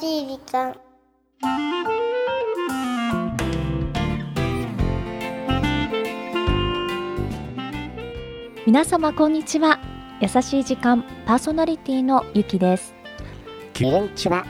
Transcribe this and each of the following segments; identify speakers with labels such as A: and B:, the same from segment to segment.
A: しい時間
B: 皆様こんにちは優しい時間パーソナリティのゆきです
C: こ
A: んにちは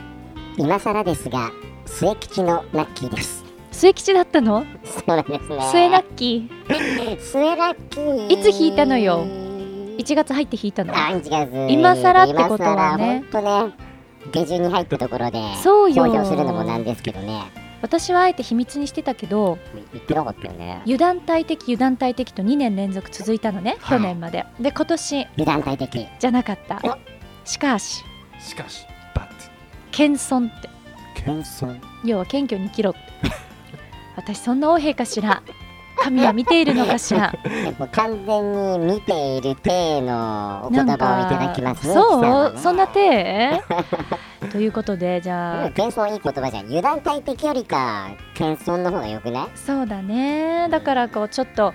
A: 今更ですが末吉のラッキーです
B: 末吉だったの
A: そうですね
B: 末ラッキー
A: 末ラッキー
B: いつ弾いたのよ1月入って弾いたの
A: あ違う
B: 今更ってことはね
A: 今更ほんとね下旬に入ったところで
B: そうよ
A: 公表するのもなんですけどね
B: 私はあえて秘密にしてたけど
A: 言ってなかったよね
B: 油断大敵油断大敵と2年連続続いたのね
C: はい
B: 去年までで今年
A: 油断大敵
B: じゃなかった
A: お
B: しかし
C: しかし、バ
B: 謙遜って
C: ッ謙遜。
B: 要は謙虚に生 きろって私そんな王兵かしら神は見ているのかしら
A: もう完全に見ている体のお言葉をいただきますね
B: そうそんな
A: 手
B: 手ということでじゃあ
A: 謙遜いい言葉じゃん油断大敵よりか謙遜の方がよくない
B: そうだねだからこうちょっと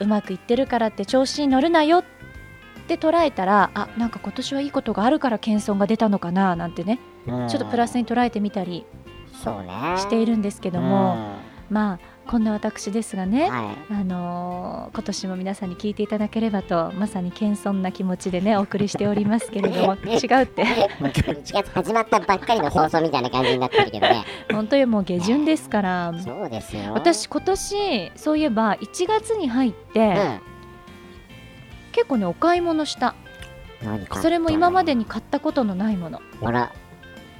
B: うまくいってるからって調子に乗るなよって捉えたらあなんか今年はいいことがあるから謙遜が出たのかななんてね
A: ち
B: ちょっとプラスに捉えてみたり
A: そうね
B: してい
A: る
B: るんですけ
A: け
B: ども、まあこんな私ですがね、
A: は
B: あのー今年も皆さんに聞いていただければとまさに謙遜な気持ちでねお送りしておりますけれど も違うって
A: い、もう1月始まったばっかりの放送みたいな感じになってるけどね
B: 本当にもう下旬ですから
A: そうですよ
B: 私今年そういえば1月に入っ
A: う
B: て
A: ん
B: 結構ねお買い物した
A: 何か
B: それも今までに買ったことのないもの
A: あら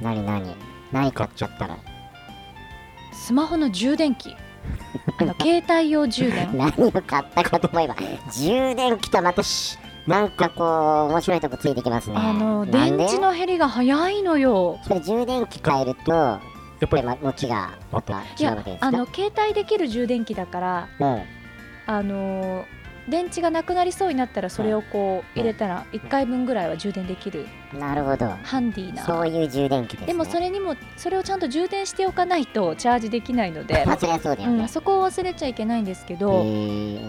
A: 何何何買っちゃったら
B: スマホの充電 器あの携帯用充電
A: 何を買ったかと思えば充電器とまたしなんかこう面白いとこついてきますね
B: あの
A: なん
B: 電
A: で
B: 池の減りが早いのよ
A: それ充電器変えるとや
C: やっぱ
A: っぱ
C: り
A: り、ま持ちがまた
B: い
A: 違う
B: や
A: わけですか
B: あの携帯できる充電器だから
A: うん
B: あのー電池がなくなりそうになったらそれをこう
C: うん
B: 入れたら1回分ぐらいは充電できる
A: なるほど
B: ハンディな
A: そういう充電器ですね
B: でもそれにもそれをちゃんと充電しておかないとチャージできないので
A: まあそれはそうだよ
B: うん、
A: ね、
B: そこを忘れちゃいけないんですけ
A: え
B: ど、
A: ー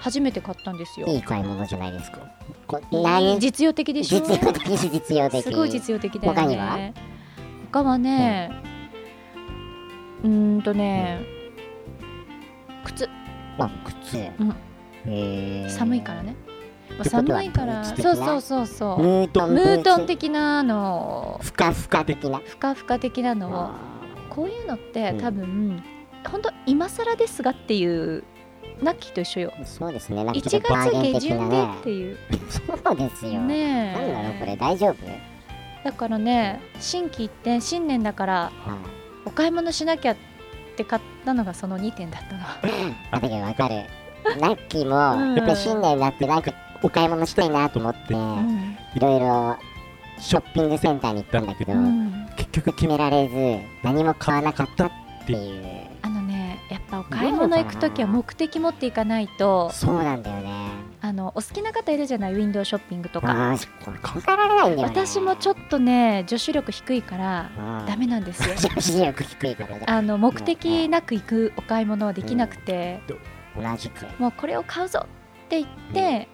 B: 初めて買ったんですよ。
A: いい買い物じゃないですかこ何
B: 実用的でし
A: 実
B: ょ
A: 用的し実用的
B: すごい実用的だよね。
A: 他には
B: 他はね、うーんとね、靴、
A: あ靴、
B: ん
A: えー
B: 寒いからね。まあ、
A: ってことは
B: 寒いから、
A: ブーツ
B: そう
A: 的な
B: そうそうそ
A: ム
B: う。
A: ートン
B: ムートン
A: 的
B: 的なの、
A: ふかふか的な
B: ふかふか的なのを、こういうのって
A: うん
B: 多分、本当今更ですがっていう、ナッキーと一緒よ。
A: そうですねなんか
B: 1
A: ちょ
B: 月
A: っとバーゲン
B: 下
A: 的な
B: 旬でって
A: ね
B: いう。
A: そうですよ、
B: ね
A: なんだろうこ
B: え。
A: れ大丈夫、
B: だからね新規一点新年だから
A: はい
B: お買い物しなきゃって買ったのがその2点だったの
A: あだけどわかる。ラッキーも、
B: うん
A: やっぱり新年になってなんかお買い物したいなと思って、
B: うん
A: いろいろショッピングセンターに行ったんだけど、
B: うん
A: 結局決められず、何も買わなかったっていう。
B: あのねやっぱお買い物行く時は目的持っていかないと
A: そうなんだよね。
B: あのお好きな方いるじゃないウィンドウショッピングとか
A: ああ、これ考えられないんだよね。
B: 私もちょっとね女子力低いから
A: ダ
B: ダメなんですよ
A: 女子力低いからだ。
B: あの目的なく行くお買い物はできなくて
A: 同じく。
B: もうこれを買うぞって言って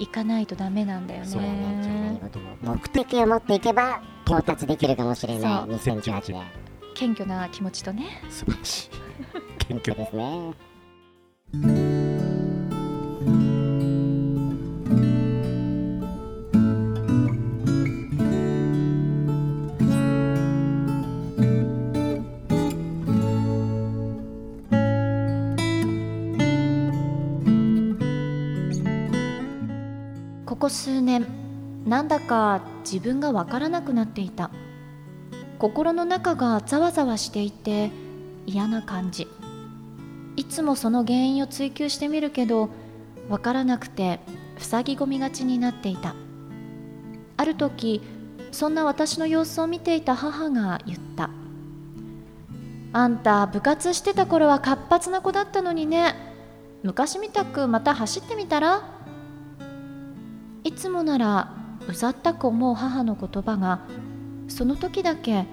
B: 行かないとダメなんだよ
C: そう
A: ねじゃあ何
B: ね
A: 事も目的を持っていけば到達できるかもしれない
B: そう
A: 2018年
B: 謙虚な気持ちとね
C: 素晴らしい。謙
A: そ
C: 虚。
A: うですね。
B: ここ数年なんだか自分がわからなくなっていた心の中がざわざわしていて嫌な感じいつもその原因を追求してみるけどわからなくて塞ぎ込みがちになっていたある時そんな私の様子を見ていた母が言った「あんた部活してた頃は活発な子だったのにね昔みたくまた走ってみたら?」いつもならうざったく思う母の言葉がその時だけ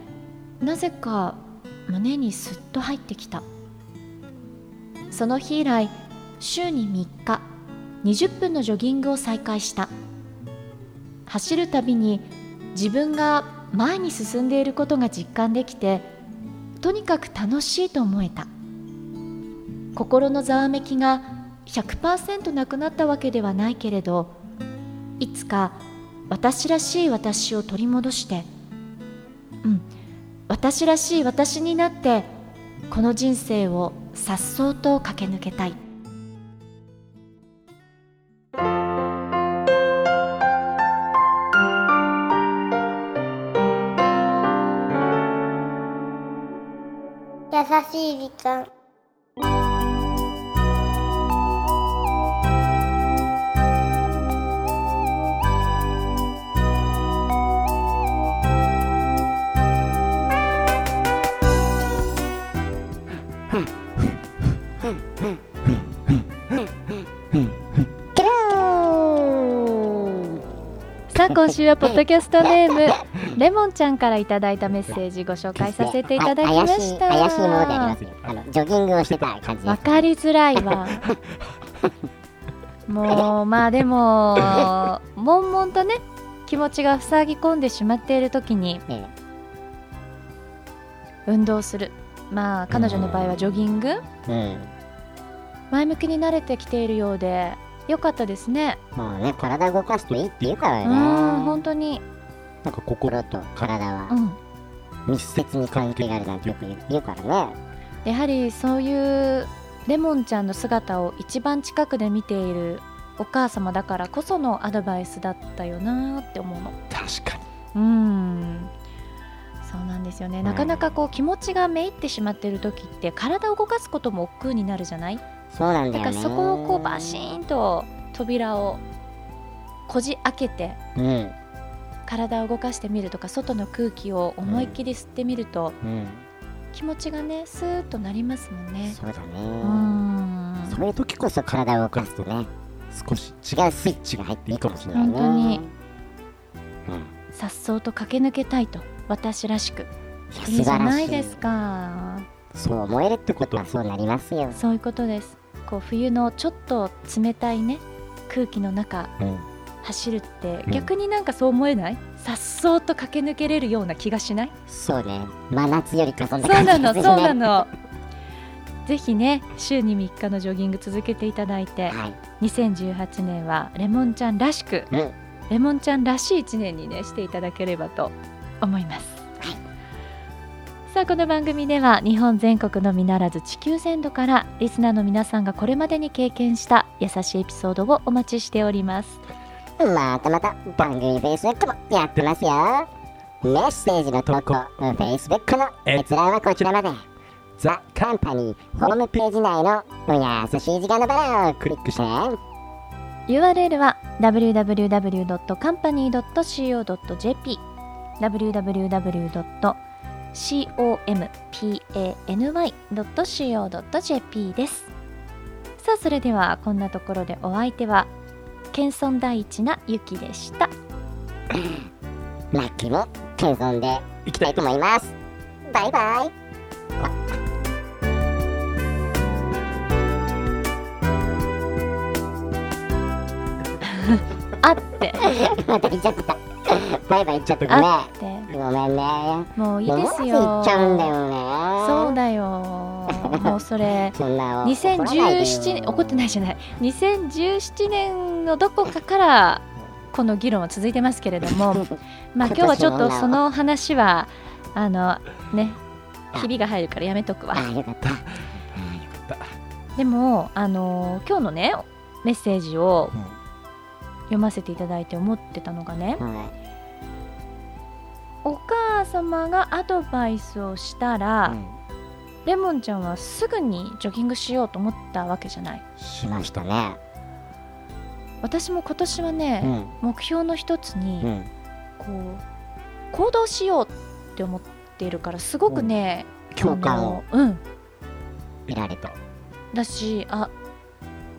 B: なぜか胸にすっと入ってきたその日以来週に3日20分のジョギングを再開した走るたびに自分が前に進んでいることが実感できてとにかく楽しいと思えた心のざわめきが100%なくなったわけではないけれどいつか私らしい私を取り戻してうん私らしい私になってこの人生を颯爽と駆け抜けたい
D: 優しい時間
A: キラーン
B: さあ今週はポッドキャストネーム レモンちゃんからいただいたメッセージご紹介させていただきました
A: はい怪しい怪しいものでありますねあのジョギングをしてた感じ
B: わかりづらいわもうまあでも悶々とね気持ちが塞ぎ込んでしまっている時に
A: ええ
B: 運動するまあ彼女の場合はジョギング
A: うん
B: 前向きに慣れてきているようで良かったですね
A: まあね体動かすといいって言うから
B: う
A: ね
B: ん本当に
C: なんか心
A: 心と体
B: う
A: は
B: ん
A: 密接に関係があるなんてよく言うからね
B: やはりそういうレモンちゃんの姿を一番近くで見ているお母様だからこそのアドバイスだったよなって思うの
C: 確かに
B: うんそうなんですよね、
A: ん
B: なかなかこう気持ちがめいってしまっている時って体を動かすことも億劫になるじゃない
A: そうなんだ
B: だ
A: よ
B: から
A: ね
B: そこをこうバシーンと扉をこじ開けて
A: うん
B: 体を動かしてみるとか外の空気を思いっきり吸ってみると、
A: うん
B: 気持ちがねスーッとなりますもんね。
A: そうだ
B: う
A: ね
B: ん
A: そういう時こそ体を動かすとね
C: 少し違
A: 違うスイッチが入っていいかもしれないね
B: 本当に
A: うん
B: さっそうと駆け抜けたいと私らしく
A: いや
B: いい
A: 素
B: じゃ
A: 晴ら
B: な
A: し
B: い
A: い
B: ですか
A: そう思えるってことはそうなりますよ
B: そういうことですこう冬のちょっと冷たいね空気の中
C: うん
B: 走るって
C: うん
B: 逆になんかそう思えないさっそうと駆け抜けれるような気がしない
A: そうね真夏よりかそん
B: そ
A: な
B: う
A: 感じ
B: な
A: です
B: の そ
A: ね
B: うなのぜひね週に3日のジョギング続けていただいて
A: はい
B: 2018年はレモンちゃんらしく
A: うん
B: レモンちゃんらしい1年にねしていただければと思います、さあこの番組では日本全国のみならず地球全土からリスナーの皆さんがこれまでに経験した優しいエピソードをお待ちしております
A: またまた番組 Facebook もやってますよメッセージの投稿 Facebook の閲覧はこちらまで
C: ザ
A: カンパニーホームページ内の「優しい時間のバラ」をクリックして
B: URL は www.company.co.jp www.company.co.jp ですさあそれではこんなところでお相手は謙遜第一なゆきでした
A: ラッキーも謙遜でいきたいと思います バイバイ
B: あって
A: また言っちゃってたバイバイ言っちゃってごめん
B: って
A: ごめんね
B: もういいですよ
A: もう言っちゃうんだよね
B: そうだよもうそれ
A: そんな
B: 2017年怒ってないいじゃない2017年のどこかからこの議論は続いてますけれども まあ今日はちょっとその話はあのねひびが入るからやめとくわ
A: あよかった
B: でもあの今日のねメッセージを
C: うん
B: 読ませていただいて思ってたのがね
A: はい
B: お母様がアドバイスをしたら、
C: うん
B: レモンちゃんはすぐにジョギングしようと思ったわけじゃない
A: しましたね
B: 私も今年は
A: う
B: ね、
A: ん
B: 目標の一つに、
A: うん
B: こう行動しようって思っているからすごくね、
A: 共感を
B: あのうん
A: 得られた
B: だしあ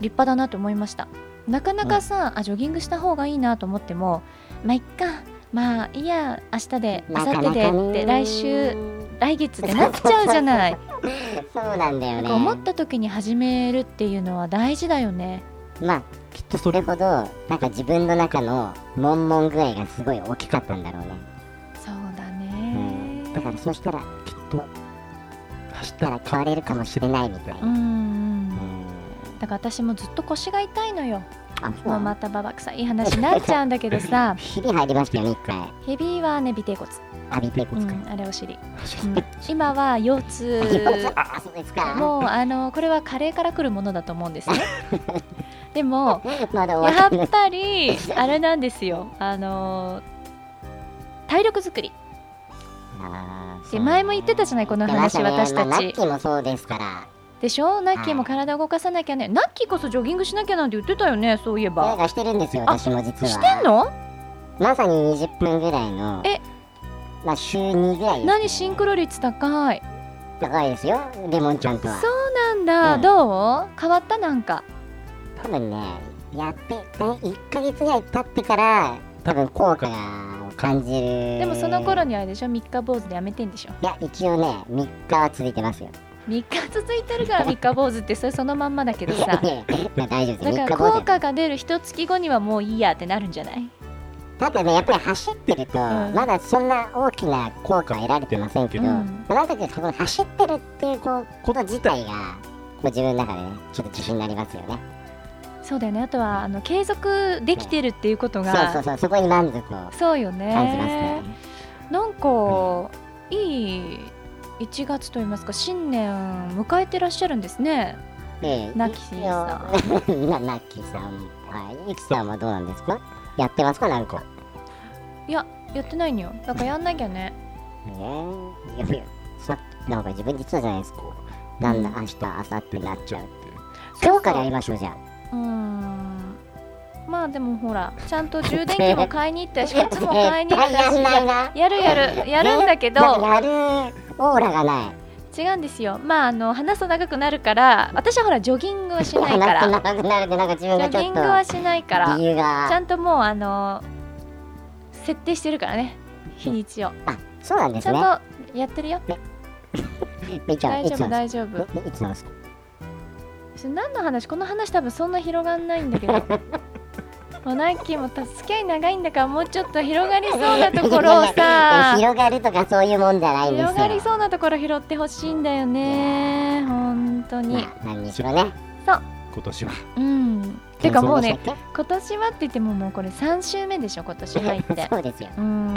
B: 立派だなと思いましたなかなかさ、あジョギングした方がいいなと思ってもまあいっかまあいいや明日で明
A: なかなか
B: 後日でっ
A: ね
B: て来週来月ってなっちゃうじ ゃない
A: そうなんだよ
B: なん
A: ね
B: か思った時に始めるっていうのは大事だよね
A: まあきっとそれほどなんか自分の中の悶々具合がすごい大きかったんだろうね
B: そうだ
A: だからそしたら
C: きっと走ったら
A: 変われるかもしれないみたいな
B: うんうん
C: うん
B: だから私もずっと腰が痛いのよ
A: あそう
B: もう
A: なの
B: またババ臭い話になっちゃうんだけどさ
A: ひび入りましたよね一回
B: ヘビーはね尾てい骨、
A: あびてこ
B: う
A: つか、
B: ん、あれお尻、
C: 走っ
B: うん、今は腰 痛
A: あそうですか
B: もうあのこれはカレーから来るものだと思うんですねでも
A: まだ終
B: や
A: わりな
B: っぱりあれなんですよあの体力作り
A: あー
B: で前も言ってたじゃないこの話
A: 出ま
B: 私
A: した
B: た
A: ねまあラッ
B: ち
A: キーもそうですから
B: でしょナッキーも体動かさなきゃねナッキーこそジョギングしなきゃなんて言ってたよねそういえ
A: ヨ
B: ば
A: ガしてるんですよ
B: あ
A: 私も実は
B: してんの
A: まさに20分ぐらいの
B: え
A: まあ週2ぐらいですね、
B: 何シンクロ率高い
A: 高いですよレモンちゃんとは
B: そうなんだ、
A: うん
B: どう変わったなんか
A: 多分ねやって1ヶ月ぐらい経ってから多分効果が感じる
B: でもその頃にはあれでしょ三日坊主でやめてんでしょ
A: いや一応ね3日は続いてますよ
B: 三日続いて るから三日坊主ってそれそのまんまだけど
A: いや
B: さ
A: いやまあ大丈夫で
B: だ
A: す
B: か
A: 3日
B: ら
A: 後
B: 効
A: で
B: 果が出る一月後にはもういいやってなるんじゃない
A: ただねやっぱり走ってると、
B: うん
A: まだそんな大きな効果は得られてませんけど、
B: うん
A: まあなぜかこの走ってるっていうこうこと自体がこう自分の中でねちょっと自信になりますよね
B: そうだよねあとはあの継続できてるっていうことが
A: そうそうそうそこに満足を感
B: そうよね
A: じますね、
B: なんかいい1月といいますか新年迎えてらっしゃるんですね
A: ええ
B: ナッキーさ
A: んなナッキーさんはいゆきさんはどうなんですかやってますかなんか
B: いややってないのよだからやんなき ゃね
A: ええいやいやそうなんか自分で言ってたじゃないですかなんだ明日明後日になっちゃうって今日からやりましょうじゃん
B: うーんまあでもほらちゃんと充電器も買い に行ったし靴も買いに行っ
A: 絶対やんな
B: た
A: い
B: し
A: な
B: やるやるやるんだ けど
A: なんかやるオーラがない
B: 違うんですよまああの話すと長くなるから私はほらジョギングはしないから
A: 長くなるとなんか自分
B: ジ
A: が
B: ョギング
A: ち
B: はしないか
A: ょっ
B: ら
A: と
B: ち
A: 理由
B: ゃ
A: が
B: んともうあの設定してるからね日にちを
A: あそうなんで
B: ち
A: す
B: ゃ
A: ね
B: んとやってるよ
A: めいちゃん
B: 大
A: い
B: 丈
A: つ
B: 夫
A: なんで
B: 大丈
A: す
B: 夫
A: かえいつなんですか
B: ちょ何の話この話多分そんな広がんないん だけどもうナッキーも助け合い長いんだからもうちょっと広がりそうなところを さ
A: 広がるとかそういうもんじゃないんですよ
B: 広がりそうなところ拾ってほしいんだよね本当に
A: まあ何にしろね
C: 今年は
B: うんてかもうね
A: 戦争でし
B: 今年はって言ってももうこれ3週目でしょ今年入ったて
A: っけそうですよ
B: うん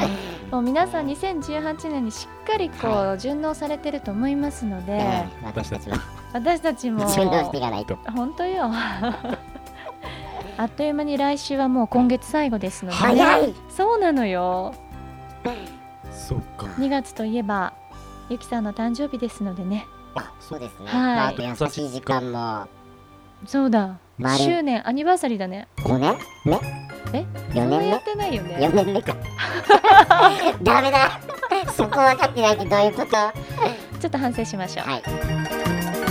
B: もう皆さん2018年にしっかりこう順応されてると思いますので、
A: ええ私たちも
B: 私たちも
A: 順応していかないと
B: 本当よ あっという間に来週はもう今月最後ですので、
A: 早い
B: そうなのよ
C: そっか
B: 2月といえばゆきさんの誕生日ですのでね
A: あそうですね
B: はい
A: まああと優しい時間も
B: そうだ
A: 丸
B: 周年アニバーサリーだね
A: 5年ね
B: えそ
A: 4
B: んなや
A: 年
B: ってないよ
A: 目4
B: ね
A: 年目 かダメだそこ分かってないってどういうことは
B: ちょっと反省しましょう
A: い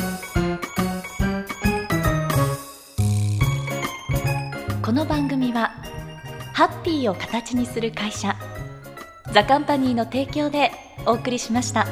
B: この番組はハッピーを形にする会社ザカンパニーの提供でお送りしました。